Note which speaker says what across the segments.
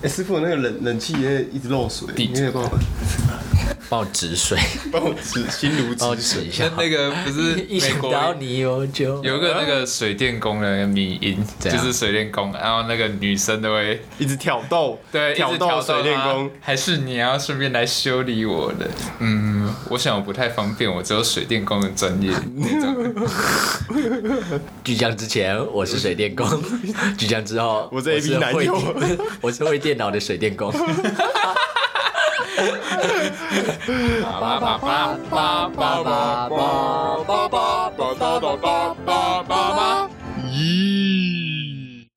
Speaker 1: 哎、师傅，那个冷冷气也一直漏水，
Speaker 2: 地
Speaker 1: 你
Speaker 2: 址
Speaker 1: 可以帮我
Speaker 3: 哦
Speaker 2: 帮我止 水，
Speaker 1: 帮我止心如
Speaker 3: 哦
Speaker 2: 帮我
Speaker 4: 哦
Speaker 1: 止
Speaker 2: 止
Speaker 1: 水
Speaker 2: 一。下
Speaker 3: 那。那个不是
Speaker 4: 一
Speaker 3: 美
Speaker 4: 想
Speaker 3: 国
Speaker 4: 到你我就
Speaker 3: 有一个 那个水电工的迷音，
Speaker 2: 怎
Speaker 3: 就
Speaker 2: 样
Speaker 3: 是水电工，然后那个女生都会
Speaker 1: 一直挑逗，
Speaker 3: 对一直
Speaker 1: 挑
Speaker 3: 挑
Speaker 1: 逗水电
Speaker 3: 她
Speaker 1: 工，
Speaker 3: 还是你要顺便来修理我的？嗯，我想我不太方便，我只有水电工的专业。那种
Speaker 4: 巨匠之前我是水电工，巨匠之 后
Speaker 1: 我是 AV 男
Speaker 4: 会
Speaker 1: 优
Speaker 4: 我是会电脑的水电工。
Speaker 3: 叭叭叭叭叭叭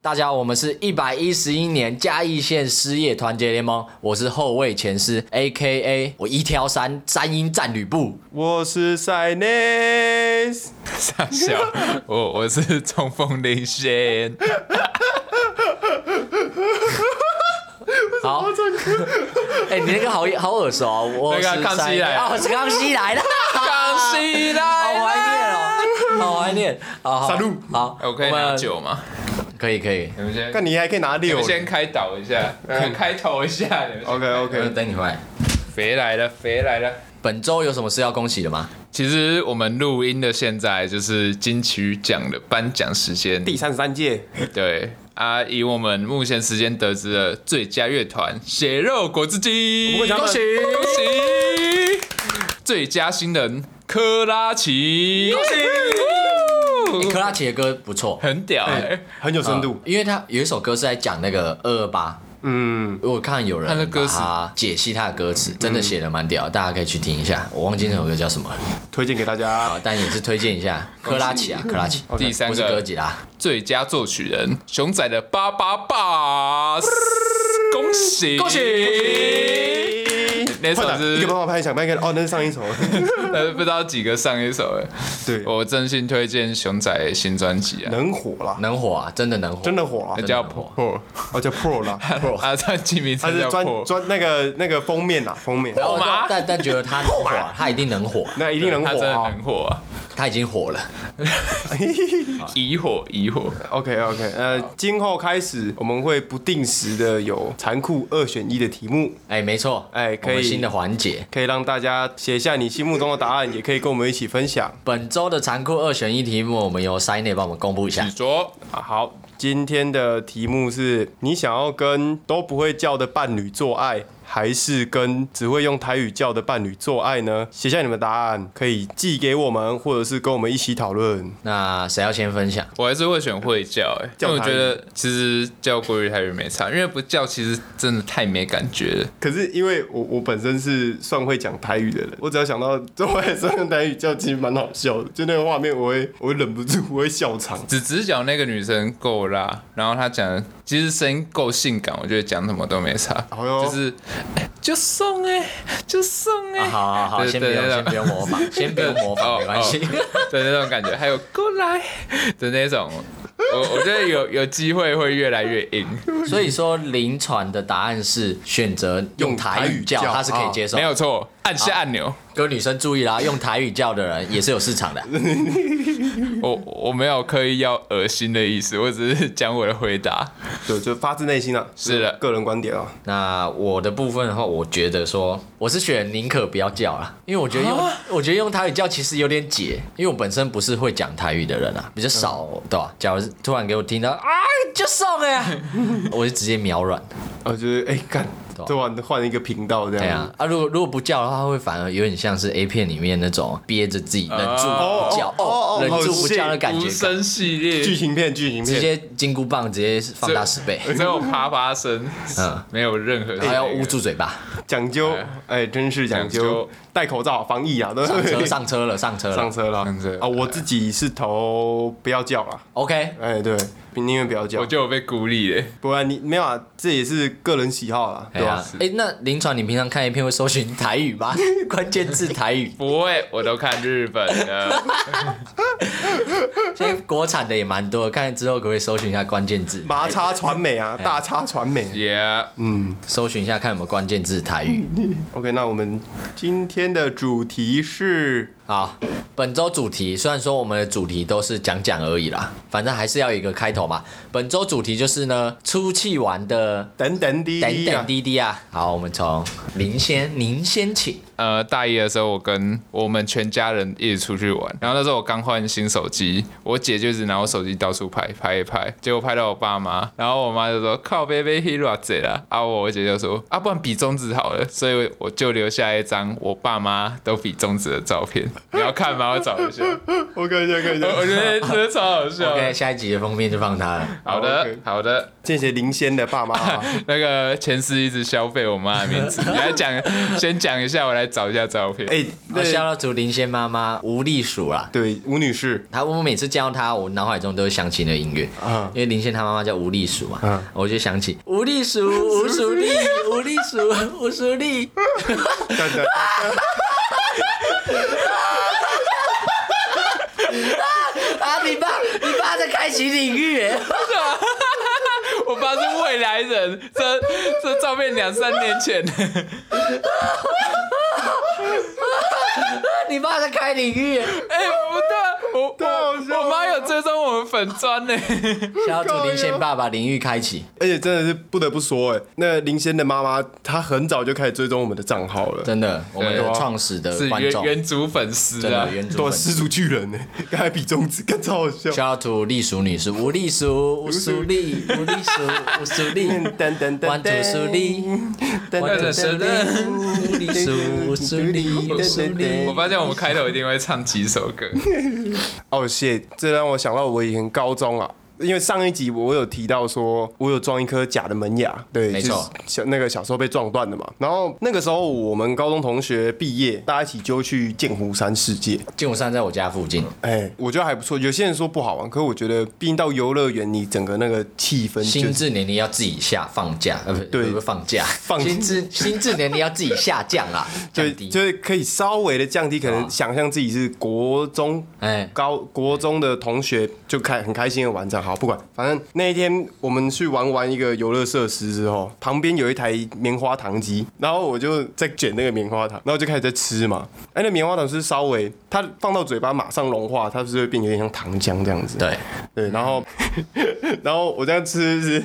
Speaker 4: 大家好，我们是一百一十一年嘉义县失业团结联盟，我是后卫前师，A K A 我一挑三三英战吕布。
Speaker 1: 我是塞内斯，
Speaker 3: 大小，我我是冲锋领
Speaker 4: 啊
Speaker 3: 先，
Speaker 4: 好，哎、你那个好好耳熟啊，我
Speaker 3: 那个
Speaker 4: 是
Speaker 3: 康熙
Speaker 4: 三
Speaker 3: 来了
Speaker 4: 哦，是康熙来了，
Speaker 3: 康熙
Speaker 4: 好
Speaker 3: 来
Speaker 4: 怀
Speaker 3: 了。
Speaker 4: 念哦，好怀念，好好
Speaker 1: 杀戮
Speaker 4: 好，
Speaker 3: 哎我可以
Speaker 4: 我们
Speaker 3: 拿酒吗？
Speaker 4: 可以可以，
Speaker 3: 你们先，
Speaker 1: 看你还可以拿
Speaker 3: 你
Speaker 1: 六
Speaker 3: 们。先开导一下，开头一下。你们先
Speaker 1: OK
Speaker 4: 我
Speaker 3: 嗯
Speaker 1: OK，
Speaker 4: 等你回来。
Speaker 3: 肥来了，肥来了。
Speaker 4: 本周有什么事要恭喜的吗？
Speaker 3: 其实我们录音的现在就是金曲奖的颁奖时间，
Speaker 1: 第三十三届，
Speaker 3: 对啊，以我们目前时间得知的最佳乐团血肉果汁机，
Speaker 1: 我们
Speaker 3: 恭
Speaker 1: 恭
Speaker 3: 喜
Speaker 1: 喜
Speaker 3: 恭喜！最佳新人科拉奇，恭
Speaker 4: 欸、
Speaker 3: 喜！
Speaker 4: 克拉奇的歌不错，
Speaker 3: 很屌哎、欸，
Speaker 1: 很有嗯深度
Speaker 4: 呃。因为他有一首歌是在讲那个二二八，
Speaker 1: 嗯，
Speaker 4: 我有看有人
Speaker 3: 他的歌词
Speaker 4: 把它解析他的歌词，真的写的蛮屌，大家可以去听一下。我忘记那首歌叫什么了，
Speaker 3: 嗯
Speaker 1: 推荐给大家。
Speaker 4: 啊但也是推荐一下克拉奇啊，克拉奇，
Speaker 3: 第三
Speaker 4: 不是哥
Speaker 3: 个
Speaker 4: 吉拉，
Speaker 3: 最佳作曲人熊仔的八八八，恭喜恭喜！那首
Speaker 1: 快打
Speaker 3: 是
Speaker 1: 一个帮我拍，想拍一个哦，那是上一 首。
Speaker 3: 呃，不知道几个上一首了。
Speaker 1: 对，
Speaker 3: 我真心推荐熊仔新专辑啊，
Speaker 1: 能火啦，
Speaker 4: 能火啊，真的能火，
Speaker 1: 真的火啦，
Speaker 3: 那叫
Speaker 4: 真的火
Speaker 3: Pro，
Speaker 1: 哦叫 Pro 啦，
Speaker 3: 啊，专辑名
Speaker 1: 它
Speaker 3: 称
Speaker 1: 是
Speaker 3: 叫
Speaker 1: 专
Speaker 3: Pro，
Speaker 1: 专那个那个封面啦，封面。
Speaker 4: 然后我就
Speaker 3: 火吗
Speaker 4: 但但觉得他能火啊，他一定能火，
Speaker 1: 那一定能
Speaker 3: 他
Speaker 1: 火
Speaker 3: 真的
Speaker 1: 啊
Speaker 3: 很火啊，
Speaker 4: 他已经火了。
Speaker 3: 疑火疑火，
Speaker 1: ！OK OK，呃，今后开始我们会不定时的有残酷二选一的题目，
Speaker 4: 哎，没错，
Speaker 1: 哎可以
Speaker 4: 我们新的环节。
Speaker 1: 可以让大家写下你心目中的答案，也可以跟我们一起分享。
Speaker 4: 本周的残酷二选一题目，我们由塞内帮我们公布一下
Speaker 3: 执。着
Speaker 1: 啊，好，今天的题目是你想要跟都不会叫的伴侣做爱，还是跟只会用台语叫的伴侣做爱呢？写下你们答案，可以寄给我们，或者是跟我们一起讨论。
Speaker 4: 那谁要先分享？
Speaker 3: 我还是会选会叫、欸，因
Speaker 1: 叫
Speaker 3: 为我
Speaker 1: 台
Speaker 3: 觉得其实叫国语台语没差，因为不叫其实真的太没感觉了。
Speaker 1: 可是因为我我本身是算会讲台语的人， 我只要想到做爱的时候用台语叫，其实蛮好笑的，就那个画面，我会我会忍不住我会笑 场。
Speaker 3: 只直角那个女生够辣，然后她讲的其实声音够性感，我觉得讲什么都没差，
Speaker 4: 哦
Speaker 1: 哎呦
Speaker 3: 就是哎就送哎、就送哎、
Speaker 4: 啊，好好好，
Speaker 3: 对
Speaker 4: 先不用，
Speaker 3: 对
Speaker 4: 先不用模仿，先不用模仿，
Speaker 3: 哦
Speaker 4: 没关系。
Speaker 3: 的那种感觉，还有过来的那种，我我觉得有有机会会越来越硬，
Speaker 4: 所以说，林传的答案是选择用台语叫，
Speaker 1: 用台语叫
Speaker 4: 他是啊可以接受
Speaker 3: 没。有错，按下按钮，
Speaker 4: 各位女生注意啦，用台语叫的人也是有市场的。
Speaker 3: 我我没有刻意要恶心的意思，我只是讲我的回答，
Speaker 1: 对，就发自内心啊，
Speaker 3: 是的
Speaker 1: 个人观点啊。
Speaker 4: 那我的部分的话，我觉得说我是选宁可不要叫啦，因为我觉得用
Speaker 3: 啊
Speaker 4: 我觉得用台语叫其实有点解，因为我本身不是会讲台语的人啊，比较少，
Speaker 3: 嗯
Speaker 4: 对吧？假如是突然给我听到啊，就送 哎呀，我就直接秒软。
Speaker 1: 我觉得哎，干、
Speaker 4: 对啊
Speaker 1: 突然换一个频道这样。
Speaker 4: 对啊，啊，如果如果不叫的话，会反而有点像是 A 片里面那种憋着自己忍住
Speaker 1: 哦
Speaker 4: 不叫，
Speaker 1: 哦哦
Speaker 4: 哦，
Speaker 1: 哦
Speaker 4: 忍住不叫的感觉
Speaker 3: 无，声系列，
Speaker 1: 剧情片，剧情片，
Speaker 4: 直接金箍棒直接放大十倍，
Speaker 3: 只有啪啪声，
Speaker 4: 嗯
Speaker 3: 没有任何，
Speaker 4: 然后要捂住嘴巴。
Speaker 1: 讲究，哎、真是讲
Speaker 3: 讲
Speaker 1: 究
Speaker 3: 究，
Speaker 1: 戴口罩防疫啊，对
Speaker 4: 上车
Speaker 1: 对？
Speaker 4: 上车了，上车
Speaker 1: 上
Speaker 4: 了。
Speaker 1: 车了
Speaker 3: 上车
Speaker 1: 啊！我自己是投不要叫啦，
Speaker 4: OK，
Speaker 1: 哎、对，宁愿不要
Speaker 3: 我
Speaker 1: 叫，
Speaker 3: 就有被孤立嘞，
Speaker 1: 不然你没有啊，这也是个人喜好啦，
Speaker 4: 哎
Speaker 1: 对啊吧、
Speaker 4: 呀，哎，那林传，你平常看 A 片会搜寻台语吗？ 关键字台语，
Speaker 3: 不会，我都看日本的，
Speaker 4: 现在国产的也蛮多的，看之后可不可以搜寻一下关键字，
Speaker 1: 麻叉传媒啊，
Speaker 4: 哎
Speaker 1: 大叉传媒，
Speaker 3: 也
Speaker 1: 嗯
Speaker 4: 搜寻一下看有没有关键字台语。
Speaker 1: ，OK，那我们今天的主题是
Speaker 4: 好，本周主题虽然说我们的主题都是讲讲而已啦，反正还是要有一个开头嘛。本周主题就是呢，出去玩的
Speaker 1: 等等滴
Speaker 4: 等
Speaker 1: 滴啊
Speaker 4: 等，滴滴啊。好，我们从您先，您先请。
Speaker 3: 呃，大一的时候，我跟我们全家人一起出去玩，然后那时候我刚换新手机，我姐就一直拿我手机到处拍，拍一拍，结果拍到我爸妈，然后我妈就说靠贝贝 hero 贼啦，啊我我姐就说啊不然比中指好了，所以我就留下一张我爸妈都比中指的照片，你要看吗？我找一下，
Speaker 1: 我看一下，看一下，
Speaker 3: 我觉得真的超好笑。
Speaker 4: OK，下一集的封面就放它了。
Speaker 3: 好的
Speaker 1: OK，
Speaker 3: 好的，
Speaker 1: 谢谢林先的 爸妈啊、
Speaker 3: 那个前司一直消费我妈的名字，你来 讲，先讲一下，我来找一下照片。
Speaker 1: 哎、
Speaker 4: 我
Speaker 1: 那
Speaker 4: 笑到竹林仙妈妈吴丽鼠啦，
Speaker 1: 对吴女士，
Speaker 4: 她我每次见到她，我脑海中都是响起那个音乐，
Speaker 1: 嗯
Speaker 4: 因为林仙她妈妈叫吴丽鼠嘛，
Speaker 1: 嗯
Speaker 4: 我就想起吴丽鼠、吴鼠丽、吴丽鼠、吴鼠丽，
Speaker 1: 等等等
Speaker 4: 啊，你爸你爸在开启领域耶，
Speaker 3: 我爸是未来人，这这照片两三年前，
Speaker 4: 你爸在开领域耶，
Speaker 3: 哎、不对，
Speaker 1: 好
Speaker 3: 我
Speaker 1: 笑
Speaker 3: 我我妈有追踪我们粉砖呢。
Speaker 4: 小竹林仙爸把领域开启，
Speaker 1: 而且真的是不得不说、哎，那林先的妈妈她很早就开始追踪我们的账号了，
Speaker 4: 真的，我们的创始
Speaker 3: 是
Speaker 4: 的呃观
Speaker 3: 原
Speaker 4: 众，
Speaker 3: 原主粉丝
Speaker 4: 真
Speaker 3: 啊
Speaker 4: 的。原主
Speaker 1: 对，
Speaker 4: 粉
Speaker 1: 失
Speaker 4: 丝。
Speaker 1: 足巨人呢、哎刚才比中指更超好笑。
Speaker 4: 小土栗鼠女士，吴栗鼠、吴鼠栗、吴栗鼠、吴鼠栗，
Speaker 1: 噔噔
Speaker 4: 弯土鼠栗，弯土鼠栗，吴栗鼠、吴鼠栗、吴鼠栗
Speaker 3: 我。发现我们开头一定会唱几首歌，
Speaker 1: 哦，谢，这让我想到我以前高中啊。因为上一集我有提到说，我有装一颗假的门牙，对，
Speaker 4: 没
Speaker 1: 就是
Speaker 4: 错
Speaker 1: 小那个小时候被撞断的嘛。然后那个时候我们高中同学毕业，大家一起就去剑湖山世界，
Speaker 4: 剑湖山在我家附近，
Speaker 1: 哎、我觉得还不错。有些人说不好玩，可是我觉得，毕竟到游乐园，你整个那个气氛就
Speaker 4: 心
Speaker 1: 是
Speaker 4: 智年龄要自己下放假，呃，不，
Speaker 1: 对
Speaker 4: 不是放假，
Speaker 1: 放
Speaker 4: 心智心智年龄要自己下降啦，
Speaker 1: 就
Speaker 4: 降低。
Speaker 1: 就是可以稍微的降低，可能
Speaker 4: 啊
Speaker 1: 想象自己是国中
Speaker 4: 哎，
Speaker 1: 高国中的同学就开很开心的玩这样，好不管，反正那一天我们去玩完一个游乐设施之后，旁边有一台棉花糖机，然后我就在卷那个棉花糖，然后就开始在吃嘛。哎，那棉花糖是稍微它放到嘴巴马上融化，它是会变有点像糖浆这样子。
Speaker 4: 对，
Speaker 1: 对，然后 然后我这样吃吃。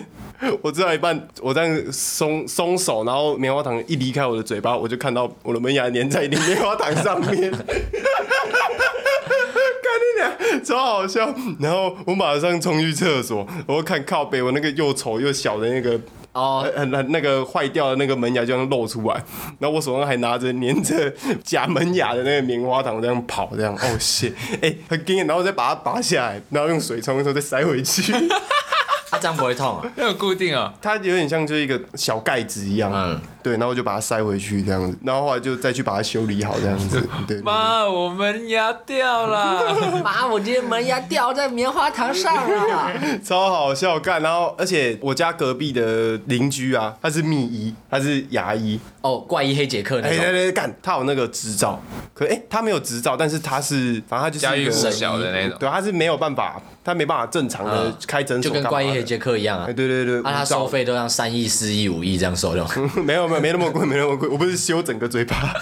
Speaker 1: 我吃到一半，我这样松松手，然后棉花糖一离开我的嘴巴，我就看到我的门牙粘在你棉花糖上面。 看你俩超好笑。然后我马上冲去厕所，我看靠北，我那个又丑又小的那个。呃
Speaker 4: 哦
Speaker 1: 很很很那个坏掉的那个门牙就这样露出来，然后我手上还拿着粘着 假门牙的那个棉花糖，我这样跑，这样哦谢，哎，很惊人，然后再把它拔下来，然后用水冲的时候再塞回去，
Speaker 4: 啊，这样不会痛啊？
Speaker 3: 那有固定哦。
Speaker 1: 它有点像就是一个小盖子一样，
Speaker 4: 嗯
Speaker 1: 对，然后我就把它塞回去这样子，然后后来就再去把它修理好这样子，对，
Speaker 3: 妈，我们牙掉 啦！
Speaker 4: 妈，我今天门牙掉在棉花糖上啊了。
Speaker 1: 超好笑干，然后而且我家隔壁的邻居啊，他是秘医，他是牙医，
Speaker 4: 哦，怪医黑杰克那
Speaker 1: 哎来
Speaker 4: 种，
Speaker 1: 来干，他有那个执照，可哎、他没有执照，但是他是反正他就是
Speaker 3: 家
Speaker 1: 一
Speaker 3: 喻
Speaker 1: 个
Speaker 3: 户晓的那种。
Speaker 1: 对，他是没有办法，他没办法正常的
Speaker 4: 嗯
Speaker 1: 开诊
Speaker 4: 就
Speaker 1: 所
Speaker 4: 跟
Speaker 1: 干嘛的，
Speaker 4: 怪医黑杰克一样啊
Speaker 1: 哎，。对对对，
Speaker 4: 啊，他
Speaker 1: 无照
Speaker 4: 收费都让三亿、四亿、五亿这样收的。
Speaker 1: 没有没有没那么贵，没那么贵，我不是修整个嘴巴。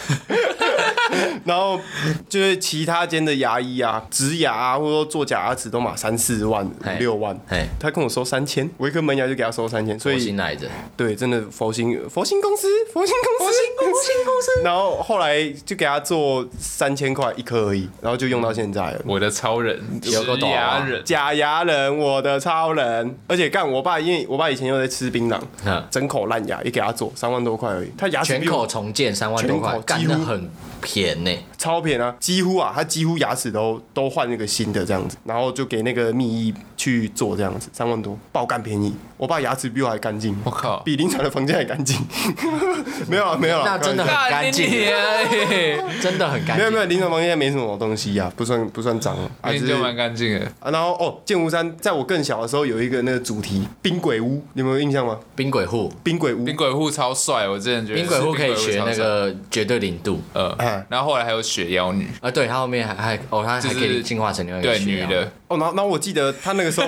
Speaker 1: 然后就是其他间的牙医啊、植牙啊，或者说做假牙齿都嘛三四万、
Speaker 4: 嘿
Speaker 1: 五六万
Speaker 4: 嘿，
Speaker 1: 他跟我收三千，我一颗门牙就给他收三千，所
Speaker 4: 我
Speaker 1: 以
Speaker 4: 新来的，
Speaker 1: 对，真的佛心佛心公司，佛心公司，佛心公司，公司。然后后来就给他做三千块一颗而已，然后就用到现在了。
Speaker 3: 我的超人，
Speaker 4: 有个
Speaker 3: 植
Speaker 4: 懂啊
Speaker 3: 牙人，
Speaker 1: 假牙人，我的超人！而且干我爸，因为我爸以前又在吃槟榔
Speaker 4: 嗯，
Speaker 1: 整口烂牙也给他做三万多块而已，他牙齿
Speaker 4: 全
Speaker 1: 比我
Speaker 4: 口重建三万多块，
Speaker 1: 全口
Speaker 4: 干
Speaker 1: 几乎
Speaker 4: 的很便呢。
Speaker 1: 超便啊，几乎啊，他几乎牙齿都都换那个新的这样子，然后就给那个密医去做这样子，三万多，爆干便宜。我爸牙齿比我还干净，
Speaker 3: 我靠，
Speaker 1: 比林场的房间还干净。 没有啊，没有啊，
Speaker 4: 那真的
Speaker 1: 开玩笑
Speaker 4: 很干净
Speaker 3: 干你娘欸
Speaker 4: 真的很干
Speaker 1: 没有没
Speaker 4: 净。
Speaker 1: 有，林场房间没什么东西呀、啊，不算不算脏啊，啊
Speaker 3: 那
Speaker 1: 只
Speaker 3: 你
Speaker 1: 是
Speaker 3: 就蛮干净的。
Speaker 1: 啊然后哦，剑湖山在我更小的时候有一个那个主题冰鬼屋，你们有印象吗？
Speaker 4: 冰鬼户，
Speaker 1: 冰鬼屋
Speaker 3: 冰鬼户超帅，我之前觉得
Speaker 4: 冰鬼户可以学那
Speaker 3: 是冰鬼户
Speaker 4: 个绝对零度。
Speaker 3: 超帅，
Speaker 1: 嗯
Speaker 3: 呃，然后后来还有雪妖女，
Speaker 4: 啊，对，他后面还还哦，他还可
Speaker 3: 就
Speaker 4: 以
Speaker 3: 是
Speaker 4: 进化成另外一个
Speaker 3: 对
Speaker 4: 需
Speaker 3: 女
Speaker 4: 要
Speaker 3: 的，
Speaker 1: 哦，然后然后我记得他那个时候。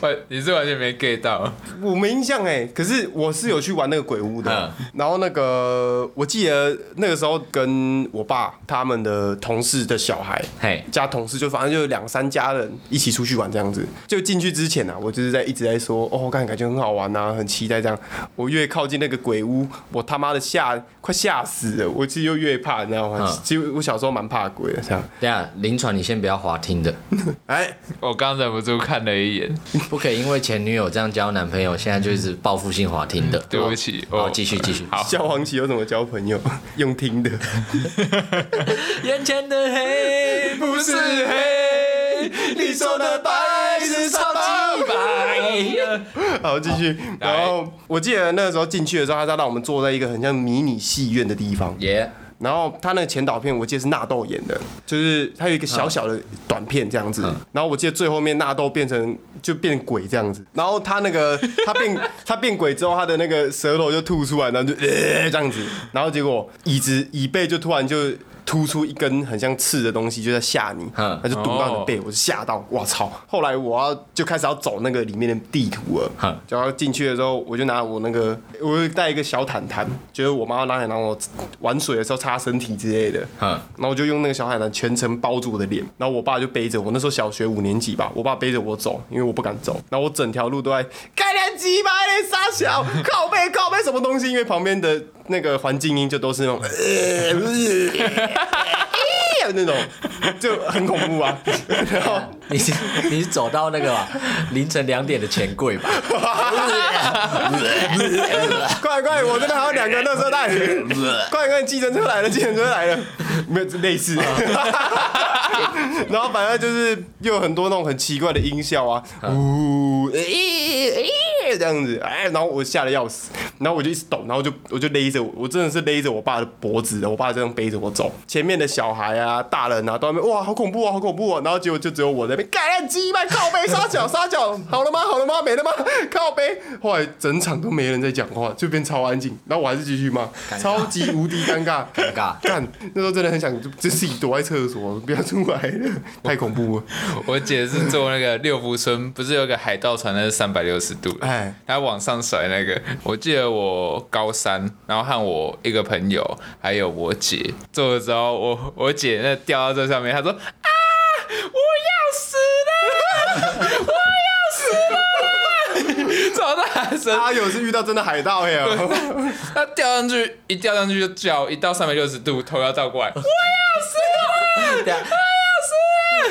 Speaker 3: 完你是完全没 get 到，
Speaker 1: 我没印象哎，可是我是有去玩那个鬼屋的。
Speaker 4: 嗯
Speaker 1: 然后那个我记得那个时候跟我爸他们的同事的小孩。
Speaker 4: 嘿，
Speaker 1: 加同事就反正就两三家人一起出去玩这样子，就进去之前啊，我就是在一直在说，哦，看感觉很好玩啊，很期待这样。我越靠近那个鬼屋，我他妈的吓快吓死了，我其实就越怕，你知道吗
Speaker 4: 嗯？
Speaker 1: 其实我小时候蛮怕鬼的，这样。
Speaker 4: 等一下林传，你先不要滑 听的，
Speaker 1: 哎，
Speaker 3: 我刚忍不住看了一眼，
Speaker 4: 不可以因为前女友这样交男朋友，现在就一直报复性滑听的。
Speaker 3: 对不起
Speaker 4: 好，
Speaker 3: 哦
Speaker 4: 继续继续。
Speaker 3: 好
Speaker 1: 交黄旗有怎么交朋友？ 用听的，
Speaker 4: 眼前的 黑
Speaker 1: 不是黑，你说的白是什么？
Speaker 4: 白，
Speaker 1: 好，继续。然后我记得那个时候进去的时候，他是让我们坐在一个很像迷你戏院的地方。
Speaker 4: 耶，
Speaker 1: 然后他那个前导片，我记得是纳豆演的，就是他有一个小小的短片这样子。然后我记得最后面纳豆变成就变鬼这样 子，然后他那个他变他变鬼之后，他的那个舌头就吐出来，然后就 呃这样子，然后结果椅子椅背就突然就。突出一根很像刺的东西，就在吓你，
Speaker 4: 嗯
Speaker 1: 他就堵到你的背，我就吓到，我操！后来我要就开始要走那个里面的地图了，
Speaker 4: 嗯
Speaker 1: 然后进去的时候，我就拿我那个，我就带一个小毯毯，就是我妈拿来让我玩水的时候擦身体之类的。
Speaker 4: 嗯
Speaker 1: 然后我就用那个小毯毯全程包住我的脸，然后我爸就背着我，那时候小学五年级吧，我爸背着我走，因为我不敢走。然后我整条路都在干两鸡巴嘞，傻小靠背靠背什么东西，因为旁边的那个环境音就都是那种呃那种，就很恐怖啊。然后
Speaker 4: 你是你是走到那个吧凌晨两点的钱柜 吧？
Speaker 1: 快快，我这边还有两个垃圾袋，快快，计程车来了，计程车来了，没有类似。然后反正就是又有很多那种很奇怪的音效啊，呜，诶诶这样子，哎，然后我吓得要死，然后我就一直抖，然后就我就勒着我，我真的是勒着我爸的脖子，我爸这样背着我走，前面的小孩啊、大人啊都在那边哇，好恐怖啊，好恐怖啊，然后结果就只有我在那边干鸡巴靠背杀脚杀脚，好了吗？好了吗？没了吗？靠背，后来整场都没人在讲话，就变超安静，然后我还是继续骂，超级无敌尴尬，尴
Speaker 4: 尬
Speaker 1: 干，那时候真的很想就就自己躲在厕所，不要出来了，太恐怖了。
Speaker 3: 我姐是做那个六福村，不是有个海盗船，那是三百六十度的，
Speaker 1: 哎
Speaker 3: 她往上甩那个。我记得我高三，然后和我一个朋友还有我姐做的时候，我我姐那掉到这上面，她说啊，我要死了，我 要死了，找到她身
Speaker 1: 阿友是遇到真的海盗哎呦，
Speaker 3: 他掉上去，一掉上去就脚一到三百六十度，头要倒过来。
Speaker 4: 对啊，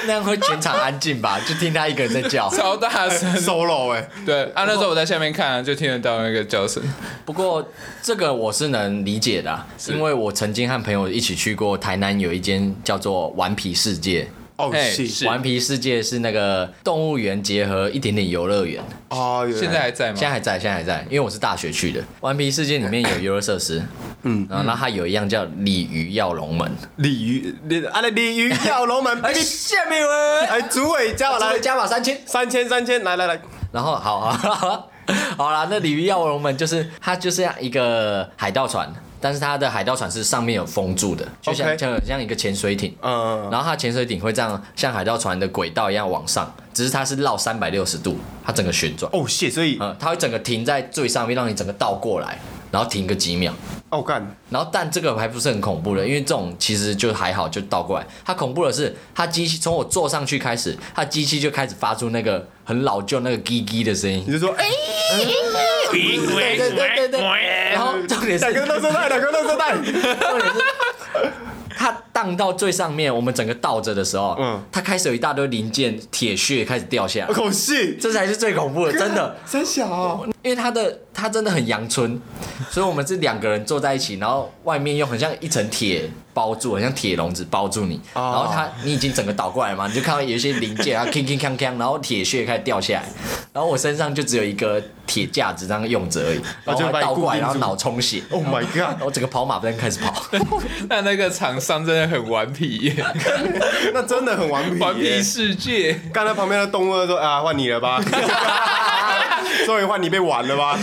Speaker 4: 那样会全场安静吧？就听他一个人在 叫。
Speaker 3: 超大声，
Speaker 1: solo 哎，
Speaker 3: 对啊，那时候我在下面看、就听得到那个叫声。
Speaker 4: 不过这个我是能理解的啊、因为我曾经和朋友一起去过台南有一间叫做“顽皮世界
Speaker 1: 哦
Speaker 3: 哎
Speaker 1: 是
Speaker 3: 是，”，
Speaker 4: 顽皮世界是那个动物园结合一点点游乐园，
Speaker 1: 哦，原来
Speaker 3: 现在还在吗？
Speaker 4: 现在还在，现在还在，因为我是大学去的。顽皮世界里面有游乐设施，嗯，然后它有一样叫鲤鱼跃龙门，
Speaker 1: 鲤鱼，鲤啊那鲤鱼跃龙门，
Speaker 4: 哎，下面文，
Speaker 1: 哎，主委叫我
Speaker 4: 来
Speaker 1: 来
Speaker 4: 加码三千，
Speaker 1: 三千三千，来来来，
Speaker 4: 然后好 好好啦，那鲤鱼跃龙门就是它就是一个海盗船，但是它的海盗船是上面有封住的，就像
Speaker 1: OK
Speaker 4: 像像一个潜水艇，
Speaker 1: 嗯，
Speaker 4: 然后它潜水艇会这样像海盗船的轨道一样往上，只是它是绕三百六十度，它整个旋转，
Speaker 1: 哦谢，所以
Speaker 4: 呃，它会整个停在最上面，让你整个倒过来，然后停个几秒。
Speaker 1: 哦干，
Speaker 4: 然后，但这个还不是很恐怖的，因为这种其实就还好，就倒过来。它恐怖的是，它机器从我坐上去开始，它机器就开始发出那个很老旧那个叽叽的声音
Speaker 1: 你，就说哎，
Speaker 4: 对对对对对。然后重点是
Speaker 1: 两个垃圾袋，两个垃圾袋，
Speaker 4: 重点是，它荡到最上面，我们整个倒着的时候，
Speaker 1: 嗯
Speaker 4: 它开始有一大堆零件、铁屑开始掉下来，
Speaker 1: 哦谢，
Speaker 4: 这才是最恐怖的， 真的。
Speaker 1: 三小，
Speaker 4: 因为它的它真的很阳春，所以我们是两个人坐在一起，然后外面又很像一层铁包住，很像铁笼子包住你，
Speaker 1: 哦
Speaker 4: 然后它你已经整个倒过来嘛，你就看到有一些零件啊，铿铿锵锵，然后铁屑开始掉下来，然后我身上就只有一个铁架子这样用着而已，
Speaker 1: 然后
Speaker 4: 然后
Speaker 1: 哦就
Speaker 4: 还
Speaker 1: 把你
Speaker 4: 倒过来，
Speaker 1: 固定住
Speaker 4: 然后脑充血。
Speaker 1: ，Oh my
Speaker 4: 然
Speaker 1: god，
Speaker 4: 后整个跑马灯开始跑，
Speaker 3: 那那个厂商真的很顽皮 耶，
Speaker 1: 那真的很顽皮耶，
Speaker 3: 顽皮世界。
Speaker 1: 刚才旁边的动物就说啊，换你了 吧。终于换你被玩了吧！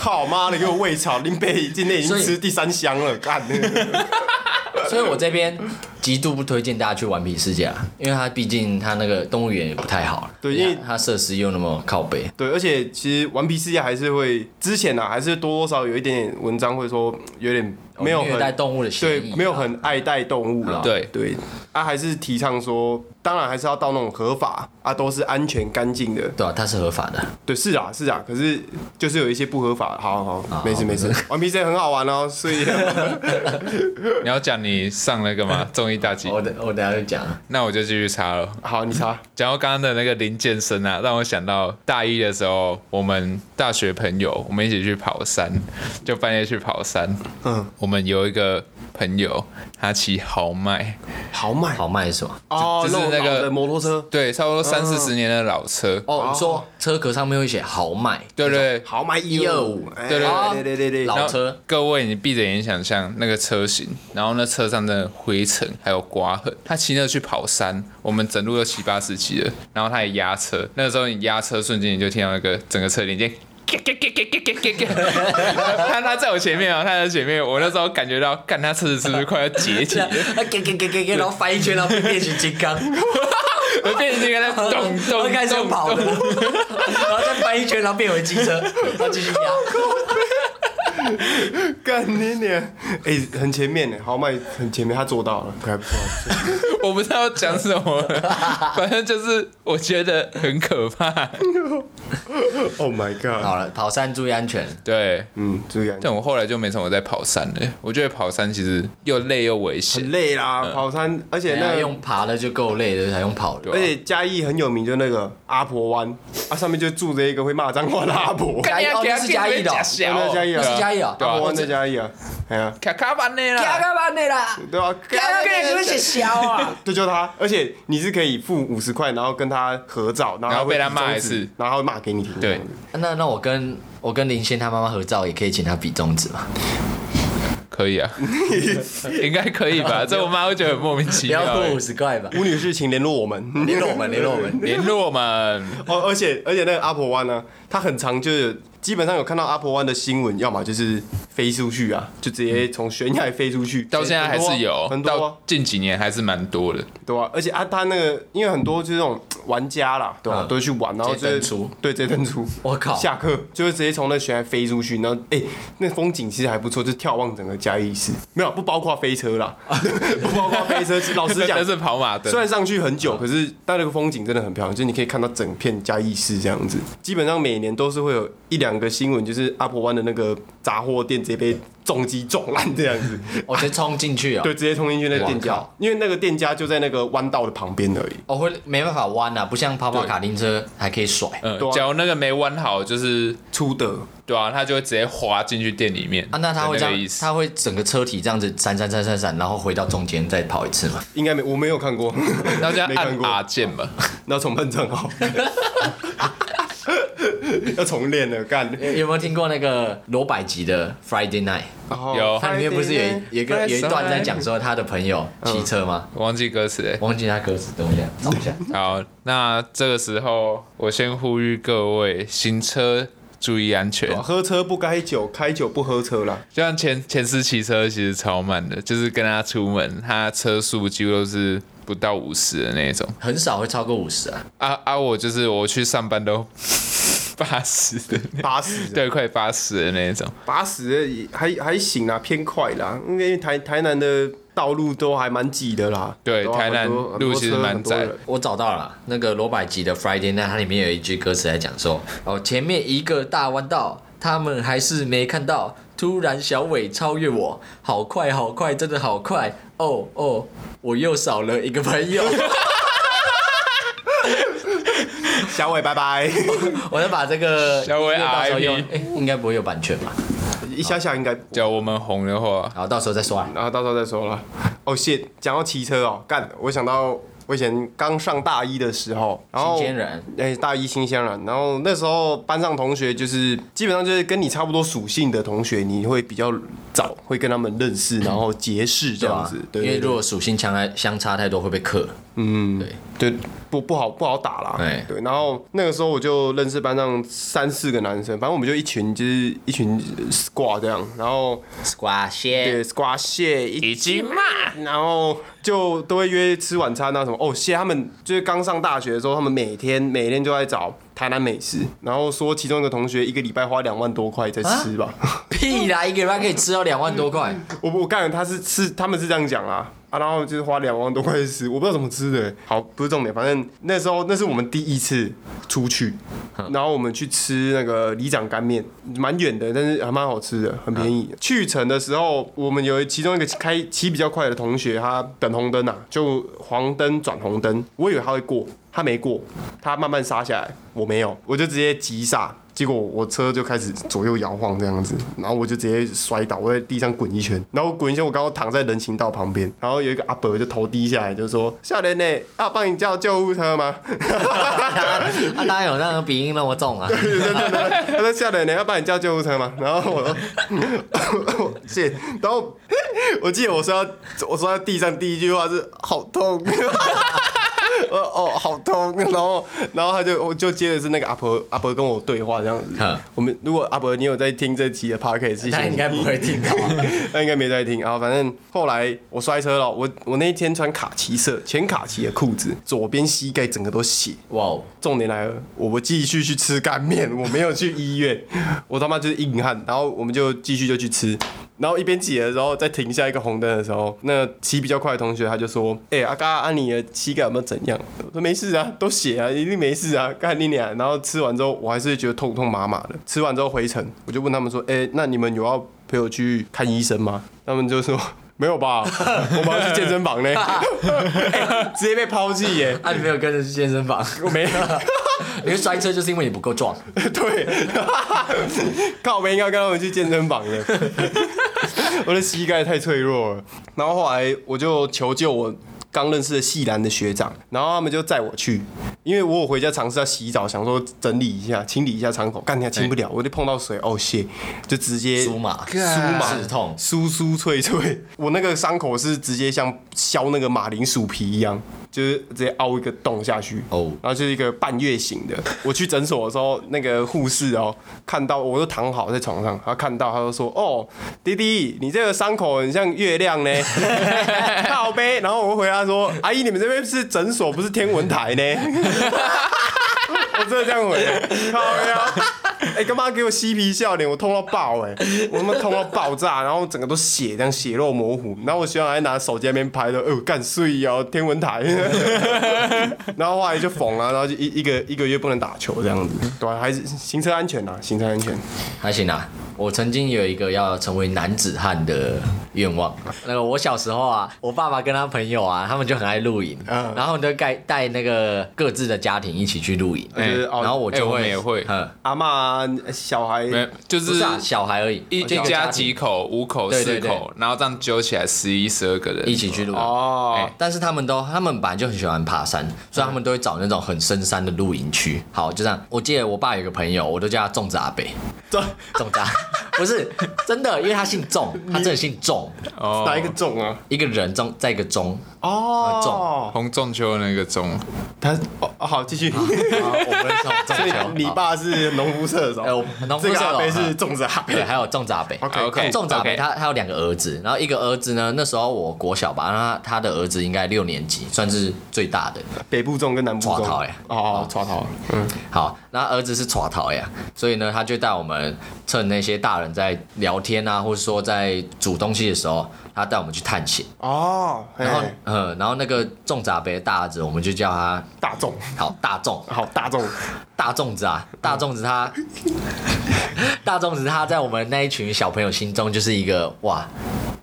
Speaker 1: 操妈的，给我喂草！林北今天已经
Speaker 4: 所以
Speaker 1: 吃第三箱了，干！
Speaker 4: 所以我这边极度不推荐大家去顽皮世界啊，因为它毕竟它那个动物园也不太好，
Speaker 1: 对因为
Speaker 4: 它设施又那么靠北，
Speaker 1: 对，而且其实《顽皮世界》啊还是会之前啊，还是多多少少有一点点文章会说有点没有
Speaker 4: 哦虐待
Speaker 1: 很
Speaker 4: 动物的嫌
Speaker 1: 对
Speaker 4: 疑，，啊
Speaker 1: 没有很爱戴动物啦。
Speaker 3: 对
Speaker 1: 对，啊，还是提倡说，当然还是要到那种合法啊，都是安全干净的。
Speaker 4: 对啊，它是合法的，
Speaker 1: 对，是啊，是啊，可是就是有一些不合法。好好，
Speaker 4: 啊
Speaker 1: 好没事没事，《顽皮世界》很好玩哦，所 以
Speaker 3: 你要讲你上那个 吗？综艺大集，
Speaker 4: 我等我等下就讲，
Speaker 3: 那我就继续查了。
Speaker 1: 好，你查
Speaker 3: 讲到刚刚的那个林健身啊，让我想到大一的时候，我们大学朋友，我们一起去跑山，就半夜去跑山。嗯，我们有一个朋友，他骑豪迈，
Speaker 1: 豪迈
Speaker 4: 好卖是什么？
Speaker 1: 哦，
Speaker 3: 就是那
Speaker 1: 种
Speaker 3: 个
Speaker 1: 老的摩托车，
Speaker 3: 对，差不多三四十年的老车。
Speaker 4: 哦，你说车壳上面会写豪迈，
Speaker 3: 对对对，
Speaker 1: 豪迈一
Speaker 4: 125
Speaker 1: 哎
Speaker 3: 对对
Speaker 1: 对对对对，
Speaker 4: 老
Speaker 3: 然后
Speaker 4: 车
Speaker 3: 各位，你闭着眼睛想象那个车型，然后那车上真的灰尘还有刮痕。他骑那个去跑山，我们整路都七八十级了，然后他也压车，那个时候你压车瞬间你就听到那个整个车 铃声。他他在我前面啊，他在前面，我那时候感觉到，干他车子是不是快要解体
Speaker 4: 对啊，啊， 给给给给给，然后翻一圈，然后变形金刚，
Speaker 3: 我变成那个咚
Speaker 4: 然 后
Speaker 3: 咚
Speaker 4: 开始
Speaker 3: 咚
Speaker 4: 跑
Speaker 3: 咚
Speaker 4: 的， 然后再翻一圈，然后变回机车，然后继续压。
Speaker 1: 干你娘！哎，很前面呢，豪迈很前面，他做到了，还不错。
Speaker 3: 我不知道讲什么了，反正就是我觉得很可怕。
Speaker 1: Oh my god！
Speaker 4: 好了，跑山注意安全，
Speaker 3: 对，
Speaker 1: 嗯，注意安全
Speaker 3: 但我后来就没什么在跑山了。我觉得跑山其实又累又危险
Speaker 1: 很。累啦，跑山，而且
Speaker 4: 人
Speaker 1: 那
Speaker 4: 家
Speaker 1: 个
Speaker 4: 哎用爬的就够累了，才用跑的。
Speaker 1: 而且嘉义很有名，就那个阿婆湾，啊，上面就住着一个会骂脏话的阿婆，
Speaker 4: 嘉义哦那是嘉义的
Speaker 1: 对
Speaker 4: 哦
Speaker 1: 啊嘉义
Speaker 4: 那是
Speaker 1: 啊，
Speaker 4: 嘉义啊
Speaker 1: 阿
Speaker 3: 啊
Speaker 1: 婆湾在嘉义啊，哎呀，
Speaker 3: 卡卡班内
Speaker 4: 加
Speaker 3: 啦，
Speaker 4: 干嘛的啦？
Speaker 1: 对啊，
Speaker 4: 写小啊？
Speaker 1: 对，就他，而且你是可以付五十块，然后跟他合照，然后
Speaker 3: 然后被他
Speaker 1: 会
Speaker 3: 骂
Speaker 1: 比中
Speaker 3: 一次
Speaker 1: 指然后骂给你听，
Speaker 3: 对，
Speaker 4: 那那我跟我跟林轩他妈妈合照，也可以请他比中指嘛？
Speaker 3: 可以啊， 应该可以吧？这我妈会觉得很莫名其
Speaker 4: 不要
Speaker 3: 妙
Speaker 4: 付
Speaker 3: 欸。
Speaker 4: 五十块吧？
Speaker 1: 吴女士，请联络我们。
Speaker 3: 嗯
Speaker 4: 联络我们，联络我 们。
Speaker 3: 联络我们，
Speaker 1: 哦， 而且而且那个阿婆湾呢，它很长，就是基本上有看到阿婆啊湾的新闻，要么就是飞出去啊，就直接从悬崖飞出去，
Speaker 3: 到现在还是
Speaker 1: 很，多
Speaker 3: 有
Speaker 1: 啊、很多啊
Speaker 3: 到近几年还是蛮多的。
Speaker 1: 对啊，而且啊，他那个因为很多就是那种玩家啦，对吧、啊
Speaker 4: 嗯
Speaker 1: 都会去玩，然后
Speaker 4: 直
Speaker 1: 就是
Speaker 4: 接登出，
Speaker 1: 对，直接登出。
Speaker 4: 我靠
Speaker 1: 下课就会直接从那悬崖飞出去，然后哎、那风景其实还不错，就眺望整个嘉义市，没有不包括飞车啦， 不包括飞车。老实 讲
Speaker 3: 但，是跑马灯
Speaker 1: 虽，然上去很
Speaker 4: 嗯
Speaker 1: 久，可是但那个风景真的很漂亮，就是你可以看到整片嘉义市这样子。基本上每年都是会有一两个新闻，就是阿婆湾的那个杂货店直接被重击撞烂这样 子，
Speaker 4: 我先冲进去啊！
Speaker 1: 对，，直接冲进去那个店
Speaker 4: 哇
Speaker 1: 家
Speaker 4: 靠，
Speaker 1: 因为那个店家就在那个弯道的旁边而已。
Speaker 4: 我会没办法弯啊，不像跑跑卡丁车还可以甩。
Speaker 3: 嗯
Speaker 1: 对啊，
Speaker 3: 假如那个没弯好，就是
Speaker 1: 出的，
Speaker 3: 对啊，他就会直接滑进去店里面。
Speaker 4: 啊，那他会这
Speaker 3: 那个意
Speaker 4: 样，
Speaker 3: 思。
Speaker 4: 他会整个车体这样子闪闪闪闪闪，然后回到中间再跑一次嘛？
Speaker 1: 应该没，我没有 看过，
Speaker 3: 那就 要
Speaker 1: 没
Speaker 3: 按
Speaker 1: 看过，
Speaker 3: R 键吧。
Speaker 1: 那重喷正好， 要重练了，干。
Speaker 4: 有有没有听过那个罗百吉的 Friday Night？
Speaker 1: 哦
Speaker 3: 有
Speaker 4: 它里面不是有一有一个有一段在讲说他的朋友骑车吗？
Speaker 3: 忘记歌词欸嘞。
Speaker 4: 忘记他歌词，等我一下找一下。
Speaker 3: 好，那这个时候我先呼吁各位行车注意安全。
Speaker 1: 喝车不开酒，开酒不喝车啦。
Speaker 3: 就像前前司骑车其实超慢的，就是跟他出门，他车速几乎都是不到五十的那种。
Speaker 4: 很少会超过五十啊，
Speaker 3: 啊啊，我就是我去上班都 八十的那，
Speaker 1: 八十，
Speaker 3: 对，快八十的那种。
Speaker 1: 八十还还行啦，偏快啦，因为台台南的道路都还蛮挤的啦。
Speaker 3: 对
Speaker 1: 都
Speaker 3: 台南
Speaker 1: 很多很多
Speaker 3: 路其实
Speaker 1: 车
Speaker 3: 蛮
Speaker 1: 很多人
Speaker 3: 窄的
Speaker 4: 我找到了啦那个罗百吉的 Friday Night，它里面有一句歌词在讲说，哦，前面一个大弯道，他们还是没看到，突然小伟超越我，好快好快，真的好快，哦哦，我又少了一个朋友，
Speaker 1: 小伟，拜拜，
Speaker 4: 我要把这个
Speaker 3: 小伟
Speaker 4: 音乐到时候
Speaker 3: RIP
Speaker 4: 用，哎、应该不会有版权吧？
Speaker 1: 一下下应该。
Speaker 3: 叫我们红的话，
Speaker 4: 然后到时候再刷。
Speaker 1: 然后到时候再说了。哦，谢，讲到骑车哦，干，我想到我以前刚上大一的时候，然后
Speaker 4: 新鲜人，
Speaker 1: 哎、大一新鲜人，然后那时候班上同学就是基本上就是跟你差不多属性的同学，你会比较早会跟他们认识，然后结识这
Speaker 4: 对
Speaker 1: 样
Speaker 4: 吧
Speaker 1: 子，？对
Speaker 4: 嗯因为
Speaker 1: 对
Speaker 4: 如
Speaker 1: 对
Speaker 4: 果属性相爱相差太多会被克。嗯，对，
Speaker 1: 对不不好不好打啦，
Speaker 4: 哎
Speaker 1: 对，然后那个时候我就认识班上三四个男生，反正我们就一群就是一群 squad 这样，然后
Speaker 4: squash 蟹
Speaker 1: 对 squad 蟹一
Speaker 3: 哎已经嘛，
Speaker 1: 然后就都会约吃晚餐啊什么。哦，谢他们就是刚上大学的时候，他们每天每天就在找台南美食，然后说其中一个同学一个礼拜花两万多块在吃
Speaker 3: 啊
Speaker 1: 吧。
Speaker 4: 屁啦，一个礼拜可以吃到两万 多块，
Speaker 1: 我我干，他是是他们是这样讲啦。啊，然后就是花两万多块去吃，我不知道怎么吃的、欸好，不是重点，反正那时候那是我们第一次出去，然后我们去吃那个里长干面，蛮远的，但是还蛮好吃的，很便宜。去程的时候，我们有其中一个开骑比较快的同学，他等红灯啊，就黄灯转红灯，我以为他会过，他没过，他慢慢刹下来，我没有，我就直接急刹。结果我车就开始左右摇晃这样子，然后我就直接摔倒，我在地上滚一圈，然后我滚一圈，我刚好躺在人行道旁边，然后有一个阿伯就头低下来，就说：“笑脸呢，要帮你叫救护车吗？”
Speaker 4: 啊，当然有那个鼻音那么重啊，
Speaker 1: 他说：“笑脸呢，要帮你叫救护车吗？”然后我说：“谢。”然后我记得我说要我说在地上第一句话是“好痛”，我哦好痛，然后然后他就我就接着是那个阿伯阿伯跟我对话这样子
Speaker 4: 嗯。
Speaker 1: 我们如果阿伯你有在听这期的 p o d c a s t
Speaker 4: 他应该不会听到啊。
Speaker 1: 他应该没在听。然后反正后来我摔车了，我我那一天穿卡其色浅卡其的裤子，左边膝盖整个都血。
Speaker 4: 哇哦，
Speaker 1: 重点来了，我们继续去吃干面，我没有去医院，我他妈就是硬汉。然后我们就继续就去吃，然后一边挤的时候，再停下一个红灯的时候，那骑比较快的同学他就说：“哎、阿嘎，啊你的膝盖有没有怎样？”我说：“没事啊，都血啊，一定没事啊，干你俩。”然后吃完之后，我还是觉得痛痛麻麻的。吃完之后回程，我就问他们说：“哎、那你们有要陪我去看医生吗？”他们就说。没有吧？我们要去健身房呢、 哎直接被抛弃耶！
Speaker 4: 啊，你没有跟着去健身房，
Speaker 1: 我没有，
Speaker 4: 你会摔车就是因为你不够壮。
Speaker 1: 对，靠背应该跟他们去健身房的。 我的膝盖太脆弱了，然后后来我就求救我刚认识的系兰的学长，然后他们就载我去，因为我有回家尝试要洗澡，想说整理一下、清理一下伤口，干你还清不了，我就碰到水，哦谢，就直接
Speaker 4: 酥麻
Speaker 1: 酥麻
Speaker 4: 刺痛
Speaker 1: 酥酥脆脆， 我那个伤口是直接像削那个马铃薯皮一样，就是直接凹一个洞下去，
Speaker 4: 哦
Speaker 1: 然后就是一个半月形的。我去诊所的时候，那个护士哦，看到我就躺好在床上，他看到他就说：“哦，弟弟，你这个伤口很像月亮 呢。”靠背，然后我就回答说：“阿姨，你们这边是诊所，不是天文台呢。”我真的这样回的，靠背啊！哎、干嘛给我嬉皮笑脸？我痛到爆哎、我他妈痛到爆炸，然后整个都血，这样血肉模糊。然后我学长还拿手机在那边拍的，哦、干碎哦，天文台。 然后后来就缝了、然后就一一个一个月不能打球这样子，对啊、还是行车安全啊，行车安全。
Speaker 4: 还行啊。我曾经有一个要成为男子汉的愿望。那个我小时候啊，我爸爸跟他朋友啊，他们就很爱露营，
Speaker 1: 嗯
Speaker 4: 然后就带带那个各自的家庭一起去露营，
Speaker 1: 就
Speaker 3: 哎
Speaker 1: 是、哦，
Speaker 4: 然后我
Speaker 3: 哎
Speaker 4: 就
Speaker 3: 我
Speaker 4: 会、
Speaker 3: 们也会
Speaker 4: 嗯，
Speaker 1: 阿妈小孩
Speaker 3: 没有就
Speaker 4: 不
Speaker 3: 是
Speaker 4: 是啊，小孩而已，
Speaker 3: 一一
Speaker 4: 个
Speaker 3: 家
Speaker 4: 庭
Speaker 3: 几口，五口、
Speaker 4: 对
Speaker 3: 四
Speaker 4: 对对
Speaker 3: 口，然后这样揪起来十一、十二个人
Speaker 4: 一起去露营。
Speaker 1: 哦，
Speaker 3: 哎
Speaker 4: 但是他们都，他们本来就很喜欢爬山，所以他们都会找那种很深山的露营区。好，就这样。我记得我爸有个朋友，我都叫他粽子阿北，
Speaker 1: 这、
Speaker 4: 粽子阿 不是真的，因为他姓粽，他真的姓粽，
Speaker 3: 哦
Speaker 1: 哪一个重啊？
Speaker 4: 一个人中再一个钟，
Speaker 1: 哦，
Speaker 3: 红中秋那个中，
Speaker 1: 他哦哦好继续。
Speaker 4: 啊我们是
Speaker 1: 所
Speaker 4: 粽球
Speaker 1: 以，你爸是农夫射手，
Speaker 4: 哎我农夫
Speaker 1: 这个
Speaker 4: 射手
Speaker 1: 阿伯是
Speaker 4: 嗯
Speaker 1: 种植阿伯
Speaker 4: 对，还有粽子阿北。
Speaker 1: OK，
Speaker 3: OK，
Speaker 4: 粽子阿
Speaker 3: OK
Speaker 4: 北他他有两个儿子，然后一个儿子呢，那时候我国小吧，然后他他的儿子应该六年级，算是最大的。
Speaker 1: 北部种跟南部种
Speaker 4: 抓头欸
Speaker 1: 哦，抓头，嗯，
Speaker 4: 好，那儿子是耍逃呀，所以呢，他就带我们趁那些大人在聊天啊，或者说在煮东西的时候，他带我们去探险。
Speaker 1: 哦，
Speaker 4: 然后
Speaker 1: 嘿，
Speaker 4: 呃，然后那个种杂杯的大儿子，我们就叫他
Speaker 1: 大众，
Speaker 4: 好大众
Speaker 1: 好大众，
Speaker 4: 大粽子啊，大粽子他， 大粽子他在我们那一群小朋友心中就是一个哇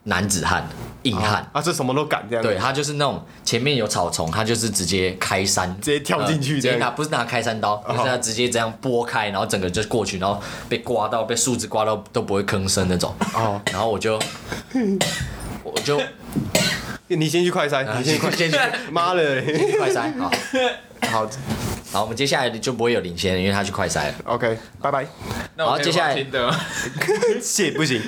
Speaker 4: 男子汉硬汉。
Speaker 1: 啊，这什么都敢这样，
Speaker 4: 对，他就是那种前面有草丛，他就是直接开山，
Speaker 1: 直接跳进去
Speaker 4: 呃直
Speaker 1: 这样哦
Speaker 4: 接拿不是拿开山刀，就是他直接这样拨开，然后整个就过去，然后被刮到，被树枝刮到都不会吭声那种。
Speaker 1: 哦
Speaker 4: 然后我就，我就
Speaker 1: 你先去快筛，你先去快筛，
Speaker 4: 啊先去
Speaker 1: 妈的嘞，
Speaker 4: 快筛，好，
Speaker 1: 好
Speaker 4: 好，我们接下来就不会有领先，因为他去快筛了。
Speaker 1: ，OK，拜 拜。
Speaker 3: 那我
Speaker 4: 好
Speaker 3: 可以
Speaker 4: 接下来
Speaker 3: 换新的吗
Speaker 1: 谢不行，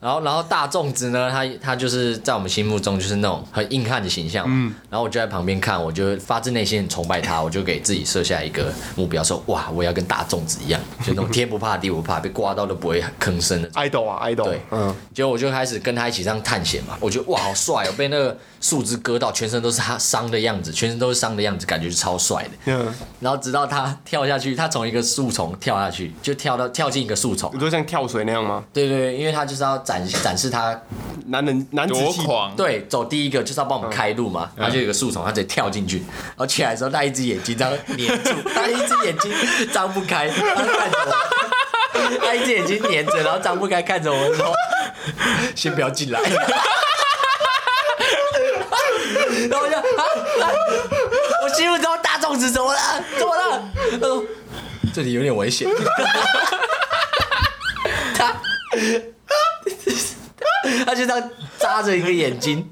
Speaker 4: 然后，然后大粽子呢，他他就是在我们心目中就是那种很硬汉的形象嘛。然后我就在旁边看，我就发自内心很崇拜他， 我就给自己设下一个目标，说哇，我要跟大粽子一样，就那种天不怕地不怕，被刮到都不会吭声的。
Speaker 1: 爱豆啊，爱豆，
Speaker 4: 对，嗯，结果我就开始跟他一起这样探险嘛，我觉得哇，好帅哦，被那个树枝割到，全身都是他伤的样子，全身都是伤的样子，感觉是超帅的。
Speaker 1: 嗯，
Speaker 4: 然后直到他跳下去，他从一个树丛跳下去，就跳到跳进一个树丛
Speaker 1: 你。说像跳水那样吗？
Speaker 4: 对对对，因为他就是要展展示他
Speaker 1: 男人男子
Speaker 3: 多
Speaker 1: 气，
Speaker 3: 狂！啊
Speaker 4: 对走第一个就是要帮我们开路嘛，他就有个树丛，他直接跳进去，然后起来的时候，他一只眼睛张粘住，他一只眼睛张不开，他看着我，他一只眼睛粘着，然后张不开看着我说：“ 先不要进来。” 然后我就啊啊，我心目中大粽子怎么了？怎么了？他说这里有点危险。他他就这样扎着一个眼睛，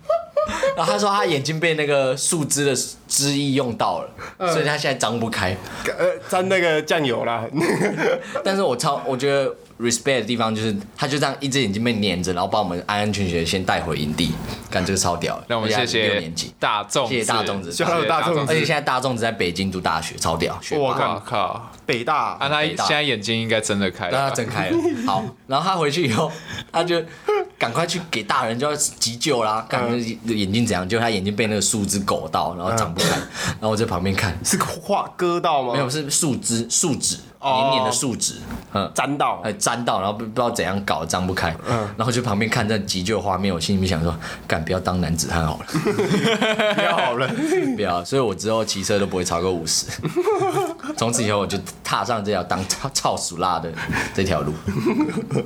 Speaker 4: 然后他说他眼睛被那个树枝的枝叶用到了，所以他现在张不开。
Speaker 1: 呃，沾那个酱油啦，
Speaker 4: 但是我超我觉得 respect 的地方就是，他就这样一只眼睛被粘着，然后把我们安安全全地先带回营地，干这个超屌的。
Speaker 3: 那我们
Speaker 4: 人家
Speaker 3: 谢谢
Speaker 4: 哎六年级，
Speaker 3: 大众，
Speaker 4: 谢谢大众子哎
Speaker 1: 希望大众
Speaker 4: 而且现在大众子在北京读大学，超屌，学 霸
Speaker 1: 我
Speaker 3: 我
Speaker 1: 看
Speaker 3: 靠靠！
Speaker 1: 北大
Speaker 3: 啊，他
Speaker 4: 哎北大
Speaker 3: 现在眼睛应该睁得开了吧，
Speaker 4: 让他睁开了。好，然后他回去以后，他就赶快去给大人就要急救啦，看眼睛怎样，就他眼睛被那个树枝勾到，然后长不开。然后我在旁边看，
Speaker 1: 是画割到吗？
Speaker 4: 没有是树枝树脂，
Speaker 1: 哦
Speaker 4: 黏黏的树脂，嗯。
Speaker 1: 沾到
Speaker 4: 还，粘到，然后不不知道怎样搞，张不开。
Speaker 1: 嗯
Speaker 4: 然后就旁边看这急救画面，我心里面想说，干不要当男子汉好 了，
Speaker 1: 不要好了，
Speaker 4: 不要。所以我之后骑车都不会超过五十。从此以后，我就踏上这条当操操鼠辣的这条路。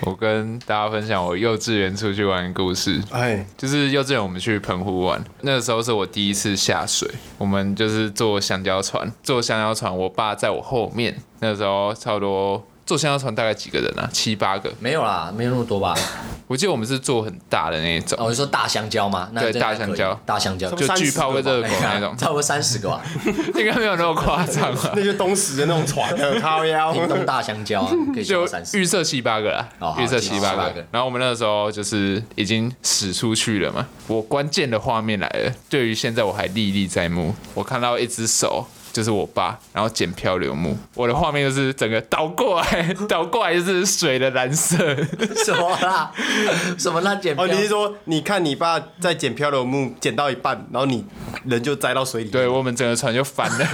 Speaker 3: 我跟大家分享我幼稚园出去玩的故事。
Speaker 1: 哎，
Speaker 3: 就是幼稚园，我们去澎湖玩，那个时候是我第一次下水。我们就是坐香蕉船，坐香蕉船，我爸在我后面。那时候差不多坐香蕉船大概几个人啊？七八个。
Speaker 4: 没有啦，没有那么多吧？
Speaker 3: 我记得我们是坐很大的那一种
Speaker 4: 哦，，我是说大香蕉吗？那
Speaker 3: 对
Speaker 4: 真的还可以
Speaker 3: 大香蕉
Speaker 4: 大香蕉
Speaker 3: 就
Speaker 1: 30
Speaker 3: 巨炮
Speaker 1: 个
Speaker 3: 跟热
Speaker 1: 吧
Speaker 3: 狗那种，
Speaker 4: 差不多三 十个吧，
Speaker 3: 应该没有那么夸张啊。
Speaker 1: 那就东石的那种 船了，靠腰，
Speaker 4: 屏东大香蕉啊可以
Speaker 3: 就
Speaker 4: 三十。
Speaker 3: 预设七八个啦
Speaker 4: 哦，好
Speaker 3: 预设七八
Speaker 4: 七八
Speaker 3: 个
Speaker 4: 个。
Speaker 3: 然后我们那个时候就是已经驶出去了嘛。我关键的画面来了，对于现在我还历历在目。我看到一只手，就是我爸，然后捡漂流木。我的画面就是整个倒过来， 倒过来就是水的蓝色。
Speaker 4: 什么啦？ 什么烂剪
Speaker 1: 哦，
Speaker 4: 标？
Speaker 1: 你是说你看你爸在捡漂流木，捡到一半，然后你人就栽到水里？
Speaker 3: 对，我们整个船就翻了，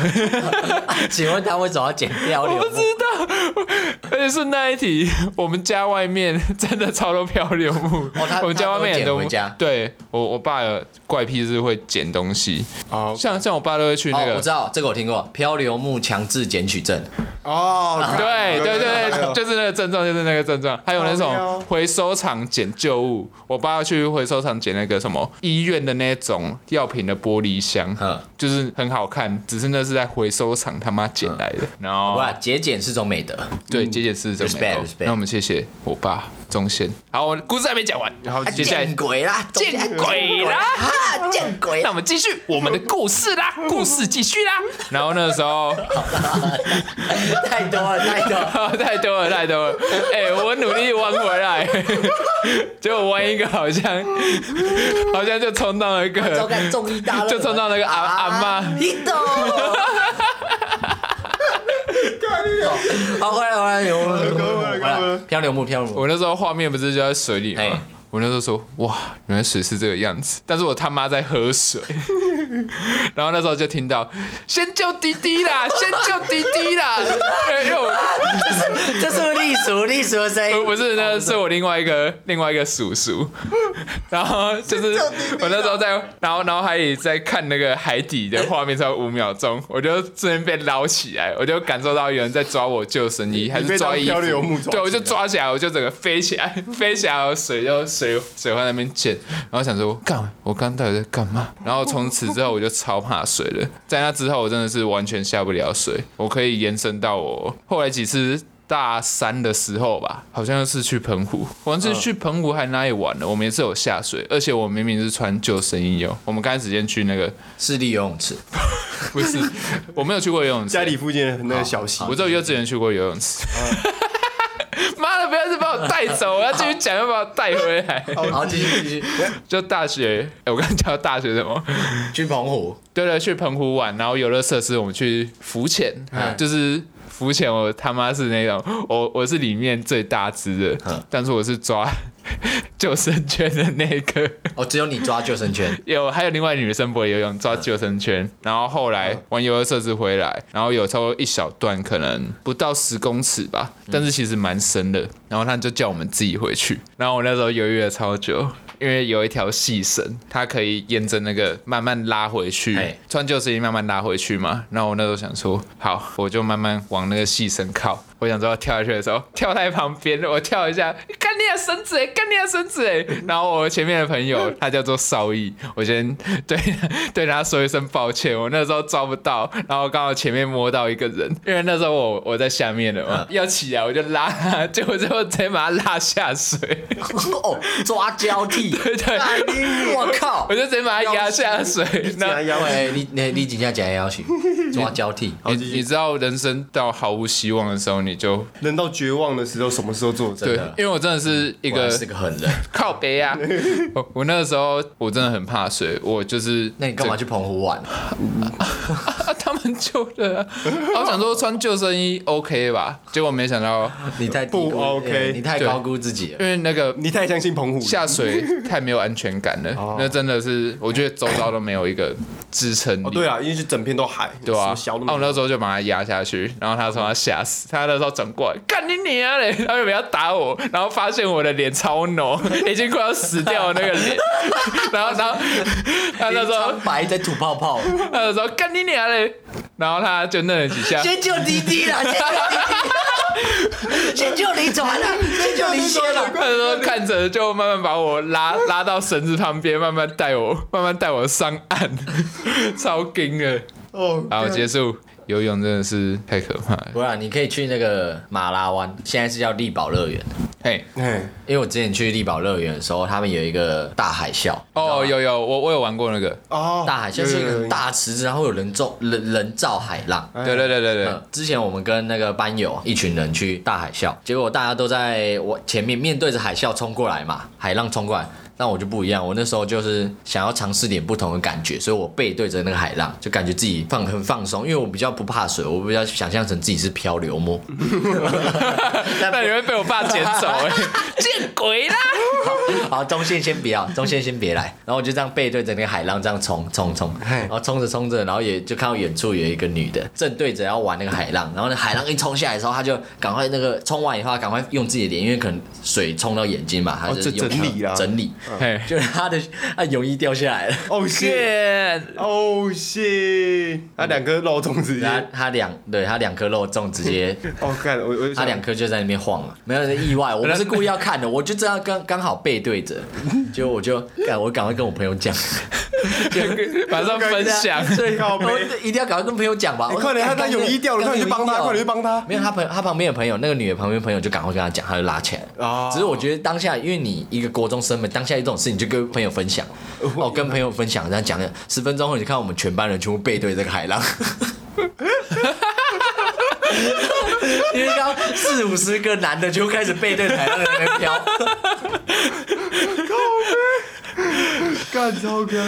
Speaker 4: 请问他为什么要剪掉流
Speaker 3: 我
Speaker 4: 木？
Speaker 3: 不知道。而且顺带一提，我们家外面真的超多漂流木。
Speaker 4: 哦他
Speaker 3: 我们家外面
Speaker 4: 他都捡
Speaker 3: 也都
Speaker 4: 回家
Speaker 3: 对我我爸的怪癖是会捡东西。
Speaker 1: 哦
Speaker 3: 像像我爸都会去那
Speaker 4: 哦，
Speaker 3: 个，
Speaker 4: 我知道这个我听过，漂流木强制检取证。
Speaker 1: 哦，
Speaker 3: 对对 对
Speaker 1: 哎呦
Speaker 3: 对，就是那个症状，就是那个症状。还有那
Speaker 1: 好妙
Speaker 3: 种回收厂捡旧物，我爸要去回收厂捡那个什么医院的那种药品的玻璃箱
Speaker 4: 嗯，
Speaker 3: 就是很好看，只是那是在回收厂他妈捡来
Speaker 4: 嗯
Speaker 3: 的。然后
Speaker 4: 哇，节俭是种美德。
Speaker 3: 对，姐姐是这么
Speaker 4: Respect，
Speaker 3: 样
Speaker 4: respect。
Speaker 3: 那我们谢谢我爸忠贤。好，我故事还没讲完，啊然后
Speaker 1: 好
Speaker 3: 接下来
Speaker 4: 啊见。鬼啦！
Speaker 3: 见鬼啦！
Speaker 4: 啊！见 鬼
Speaker 3: 那！我们继续我们的故事啦，故事继续啦。然后那个时候，
Speaker 4: 太多了，太多了。
Speaker 3: 太多了，太多了。哎、我努力弯回来， 结果弯一个好像，好 像就冲到那
Speaker 4: 就
Speaker 3: 个，
Speaker 4: 看综艺大 热门，
Speaker 3: 就冲到那个阿阿妈。
Speaker 4: 一抖。好，回来，回来，有回来，漂流木，漂流木。
Speaker 3: 我那时候画面不是就在水里
Speaker 4: 哎
Speaker 3: 吗？我那时候说，哇，原来水是这个样子，但是我他妈在喝水。 然后那时候就听到，先救滴滴 啦，先救滴滴啦。因为我
Speaker 4: 这是不是隶属隶属的声音
Speaker 3: 不，不是，那是我另外一个另外一个叔叔，然后就是我那时候在，然后脑海里在看那个海底的画面，才五秒钟，我就瞬间被捞起来，我就感受到有人在抓我救生衣，还
Speaker 1: 被当
Speaker 3: 是抓衣
Speaker 1: 漂
Speaker 3: 服
Speaker 1: 流木抓起来
Speaker 3: 对，我就抓起来，我就整个飞起来， 飞起来，我水就水水花那边溅，然后想说干，我刚到底在干嘛？然后从此之后我就超怕水了，在那之后我真的是完全下不了水，我可以延伸到我后来几次。大三的时候吧，好像是去澎湖，我们是去澎湖还哪里玩了？我们也是有下水，而且我明明是穿救生衣哦。我们刚才直接去那个
Speaker 4: 市立游泳池，
Speaker 3: 不是， 我没有去过游泳池
Speaker 1: 家，里附近的那个小溪，
Speaker 3: 我只有幼稚园去过游泳池。 妈的，不要再把我带走！我要继续讲，要把我带回来。
Speaker 4: 好，继续继续，
Speaker 3: 就大学，哎、我刚才讲到大学什么？
Speaker 4: 去澎湖，
Speaker 3: 对了，去澎湖玩，然后游乐设施我们去浮潜，啊就是浮潜，我他妈是那种，我我是里面最大只的，但是我是抓 救生圈的那个，
Speaker 4: 哦，只有你抓救 生圈，
Speaker 3: 有还有另外女生不会游泳，抓救生圈，然后后来玩游乐设施回来，然后有超过一小段可能不到十公尺吧，但是其实蛮深的，然后他就叫我们自己回去，然后我那时候犹豫了超久。因为有一条细绳，它可以沿着那个慢慢拉回去
Speaker 4: 嘿，
Speaker 3: 穿救生衣慢慢拉回去嘛。然后我那时候想说，好，我就慢慢往那个细绳靠。我想说跳下去的时候，跳在旁边，我跳一下，干你的绳子欸，干你的绳子欸。然后我前面的朋友，他叫做邵毅，我先 对对他说一声抱歉，我那时候抓不到，然后刚好前面摸到一个人，因为那时候我我在下面了嘛，要起来我就拉 他，结果最后直接把他拉下水。
Speaker 4: 哦，抓交替，
Speaker 3: 对对
Speaker 4: 我靠
Speaker 3: 我，就直接把它压下水。那
Speaker 1: 然后
Speaker 4: 喂，哎你你你几下讲要去抓交替，
Speaker 3: 你你知道人生到毫无希望的时候，你就
Speaker 1: 人到绝望的时候，什么时候做
Speaker 3: 对
Speaker 1: 这？，
Speaker 3: 因为我真的是一
Speaker 4: 果然
Speaker 3: 个
Speaker 4: 是个狠人，
Speaker 3: 靠背 啊！我我那个时候我真的很怕水，我就是
Speaker 4: 那你干嘛去澎湖玩？
Speaker 3: 啊？他们救的、啊，然后我想说穿救生衣 OK 吧，结果没想到，
Speaker 4: 你太低估哎
Speaker 1: 不 OK
Speaker 4: 你太高估自己了
Speaker 3: 因。为那个
Speaker 1: 你太相信澎湖了，
Speaker 3: 下水太没有安全感
Speaker 4: 哦
Speaker 3: 了，那真的是我觉得周遭都没有一个支撑力。
Speaker 1: 哦，对啊，因为是整片都海，
Speaker 3: 对
Speaker 1: 什
Speaker 3: 啊
Speaker 1: 么，小都
Speaker 3: 啊我
Speaker 1: 没有
Speaker 3: 那时候就把他压下去，然后他说他吓死，他那时候转过来，干你娘嘞！他就不要打我，然后发现我的脸超浓，已经快要死掉的那个脸， 然后然后他那时候
Speaker 4: 苍白在吐泡泡，
Speaker 3: 他那时候干你娘嘞，然后他就愣了几下，
Speaker 4: 先救滴滴啦，先救滴滴，先救林总啦，先救林先啦。
Speaker 3: 他说看着就慢慢把我拉拉到绳子旁边，慢慢带我慢慢带我上岸， 超惊的。
Speaker 1: 哦，
Speaker 3: 好，结束。游泳真的是太可怕了，
Speaker 4: 不然你可以去那个马拉湾，现在是叫力宝乐园。
Speaker 3: 嘿。
Speaker 1: 哎，
Speaker 4: 因为我之前去力宝乐园的时候，他们有一个大海啸，
Speaker 3: 哦，有有，我我有玩过那个，
Speaker 1: 哦，
Speaker 4: 大海啸是一个很大池子，然后有人造人人造海浪。
Speaker 3: 对对对对对，
Speaker 4: 嗯，之前我们跟那个班友一群人去大海啸，结果大家都在我前面面对着海啸冲过来嘛，海浪冲过来。那我就不一样，我那时候就是想要尝试点不同的感觉，所以我背对着那个海浪，就感觉自己放很放松，因为我比较不怕水，我比较想象成自己是漂流木。
Speaker 3: 那你会被我爸捡 走哎、
Speaker 4: 啊
Speaker 3: 见鬼啦！
Speaker 4: 好，中线先不要，中线先别来。然后我就这样背对着那个海浪这样冲冲冲，然后冲着冲着，然后也就看到远处有一个女的正对着要玩那个海浪，然后那海浪一冲下来的时候，她就赶快那个冲完以后，她赶快用自己的脸，因为可能水冲到眼睛嘛，她
Speaker 1: 哦
Speaker 4: 就
Speaker 1: 这
Speaker 4: 用
Speaker 1: 整理啦
Speaker 4: 整理，
Speaker 3: 嘿，
Speaker 4: 就是她的她泳衣掉下来了。
Speaker 1: 哦谢，
Speaker 3: 见
Speaker 1: 哦
Speaker 3: Oh
Speaker 1: 谢，哦他两颗肉粽直
Speaker 4: 她
Speaker 1: 接，
Speaker 4: 她两对她两颗肉粽直 接，
Speaker 1: 哦，看我我就
Speaker 4: 她
Speaker 1: 想
Speaker 4: 两颗就在那边晃了，没有是意 外，我不是故意要看的，我就这样刚刚好背对着，结果我就赶我赶快跟我朋友讲，
Speaker 3: 马上分 享，
Speaker 4: 对，
Speaker 1: 靠背
Speaker 4: 我一定要赶快跟朋友讲吧。
Speaker 1: 哎
Speaker 4: 我说
Speaker 1: 快点，他
Speaker 4: 哎
Speaker 1: 他泳衣掉了，快点去帮他，快点去。
Speaker 4: 刚
Speaker 1: 帮
Speaker 4: 刚泳衣掉
Speaker 1: 他。
Speaker 4: 没有，他朋他旁边的朋友，那个女的旁边朋友就赶快跟他讲，他就拉起来了。
Speaker 1: 哦
Speaker 4: 只是我觉得当下，因为你一个国中生嘛，当下有这种事情就跟朋友 分享，哦，跟朋友分享，这样讲了十分钟后，你就看我们全班人全部背对这个海浪，因为刚刚四五十个男的就开始背对海浪在那边飘，
Speaker 1: 干超干！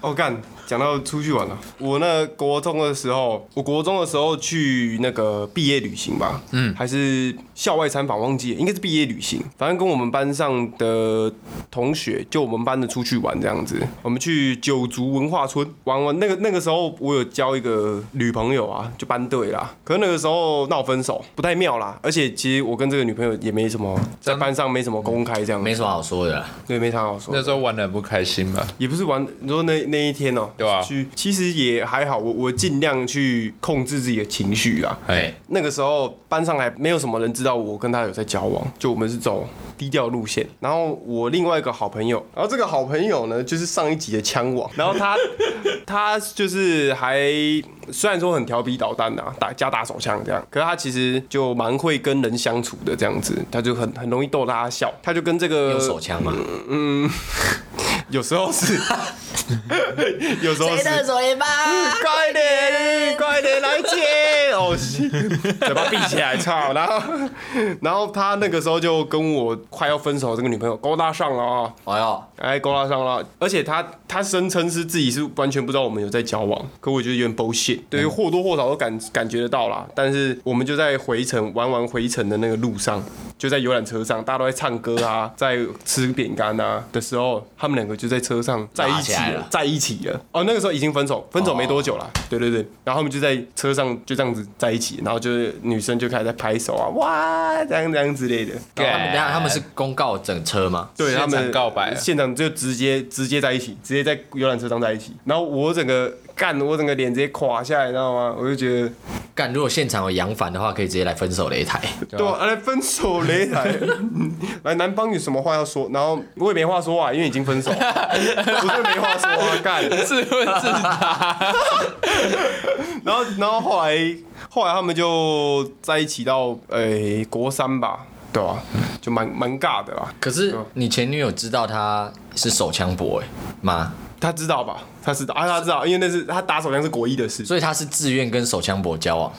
Speaker 1: 哦干，讲到出去玩了、我那国中的时候，我国中的时候去那个毕业旅行吧，嗯，还是校外参访，忘记了，应该是毕业旅行。反正跟我们班上的同学，就我们班的出去玩这样子。我们去九族文化村玩玩。那个那个时候，我有交一个女朋友啊，就班队啦。可是那个时候闹分手，不太妙啦。而且其实我跟这个女朋友也没什么，在班上没什么公开这样，
Speaker 4: 没什么好说的啦。
Speaker 1: 对，没啥好说。
Speaker 3: 那时候玩的不开心吧？
Speaker 1: 也不是玩，你说那那一天哦、
Speaker 3: 对
Speaker 4: 啊
Speaker 3: 吧、
Speaker 1: 去其实也还好，我我尽量去控制自己的情绪啦。
Speaker 2: 哎，
Speaker 1: 那个时候班上还没有什么人知道我跟他有在交往，就我们是走低调路线。然后我另外一个好朋友，然后这个好朋友呢，就是上一集的枪王，然后 他他就是还虽然说很调皮捣蛋啊，打加打手枪这样，可是他其实就蛮会跟人相处的这样子，他就很很容易逗大家笑，他就跟这个
Speaker 4: 用手 枪嘛，
Speaker 1: 哦有时候是，有时候是。
Speaker 4: 嘴巴？
Speaker 1: 快点，快点来接！哦，是嘴巴闭起来，操！然后，然后他那个时候就跟我快要分手的这个女朋友勾搭上了啊、
Speaker 4: 哎呦，
Speaker 1: 哎，勾搭上了，而且他他声称是自己是完全不知道我们有在交往，可我觉得有点 bullshit，对，
Speaker 4: 嗯
Speaker 1: 或多或少都感感觉得到啦。但是我们就在回程玩完回程的那个路上，就在游览车上，大家都在唱歌 啊，在吃饼干啊的时候，他们两个就在车上在一
Speaker 4: 拉
Speaker 1: 起
Speaker 4: 起来
Speaker 1: 了
Speaker 4: 了，哦
Speaker 1: 在一起了。哦，那个时候已经分手，分手没多久啦。对对对，然后他们就在车上就这样子在一起，然后就是女生就开始在拍手啊，哇，这样这样之类的。
Speaker 4: 他们等一下他们是公告整车吗？
Speaker 1: 对他
Speaker 3: 现场
Speaker 1: 们
Speaker 3: 告白啊
Speaker 1: 现场就直接直接在一起，直接在游览车上在一起。然后我整个干，我整个脸直接垮下来，你知道吗？我就觉得，
Speaker 4: 干，如果现场有杨凡的话，可以直接来分手擂 台。
Speaker 1: 对啊，来分手擂台， 嗯来男方有什么话要说？然后我也没话说啊，因为已经分手，我真的没话说 啊，干。
Speaker 3: 自问自答，
Speaker 1: 然后然后后来后来他们就在一起到诶、国三吧，对吧、就蛮蛮尬的啦。
Speaker 4: 可
Speaker 3: 哦
Speaker 4: 是你前女友知道他是手枪欸 boy 吗？
Speaker 1: 他知道吧？他知道啊，他知道，因为那是他打手枪是国一的事，
Speaker 4: 所以他是自愿跟手枪 boy 交往，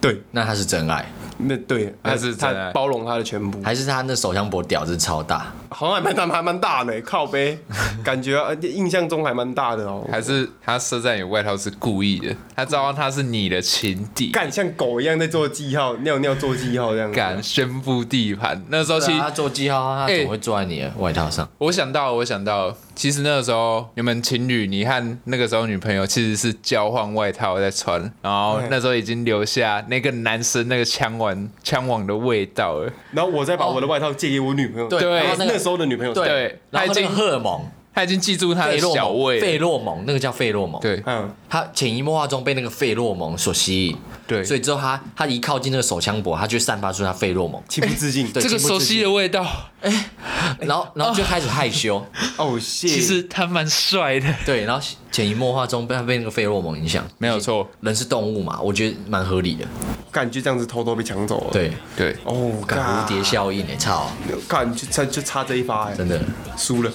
Speaker 1: 对，
Speaker 4: 那他是真爱，
Speaker 1: 那对，
Speaker 3: 那
Speaker 1: 他
Speaker 3: 是真
Speaker 1: 他
Speaker 3: 爱
Speaker 1: 包容他的全部。
Speaker 4: 还是他那手枪 boy 屌是超大？
Speaker 1: 好像还蛮大，还蛮大的，靠 背，感觉呃印象中还蛮大的哦。
Speaker 3: 还是他设在你外套是故意的？他知道他是你的情敌，
Speaker 1: 干像狗一样在做记号，尿尿做记号这样子。
Speaker 3: 敢宣布地盘。那时候其
Speaker 4: 对
Speaker 3: 实哎
Speaker 4: 啊他做记号，他怎么会坐在你的外套上？
Speaker 3: 我想到了，我想到了，其实那个时候你们情侣，你和那个时候女朋友其实是交换外套在穿，然后那时候已经留下那个男生那个枪王枪王的味道了。
Speaker 1: 然后我再把我的外套借给我女朋友，
Speaker 4: 对
Speaker 3: 对
Speaker 4: 然后
Speaker 1: 那
Speaker 4: 那个
Speaker 1: 时候的女朋友，
Speaker 3: 对
Speaker 4: 然
Speaker 3: 他
Speaker 4: 后那
Speaker 3: 已
Speaker 4: 个
Speaker 3: 经
Speaker 4: 荷尔蒙、
Speaker 3: 他已经记住他的
Speaker 4: 费洛
Speaker 3: 小
Speaker 4: 蒙、费
Speaker 3: 味了，
Speaker 4: 洛蒙，那个叫费洛蒙。，
Speaker 3: 对，
Speaker 1: 嗯，
Speaker 4: 他潜移默化中被那个费洛蒙所吸引，
Speaker 3: 对
Speaker 4: 所以之后他他一靠近那个手枪勃，他就散发出他费洛蒙，
Speaker 1: 情不自禁。
Speaker 4: 对
Speaker 3: 这个熟悉的味道，哎
Speaker 4: 然后然后就开始害羞，
Speaker 1: 哦，谢。
Speaker 3: 其实他蛮帅的，
Speaker 4: 对，然后潜移默化中被他被那个费洛蒙影响，
Speaker 3: 没有错，
Speaker 4: 人是动物嘛，我觉得蛮合理的，
Speaker 1: 感觉这样子偷偷被抢走了。，
Speaker 4: 对，
Speaker 3: 对，
Speaker 1: 哦，
Speaker 4: 干蝴蝶，效应哎、欸，操，
Speaker 1: 看就差就差这一发哎，
Speaker 4: 真的，
Speaker 1: 输了。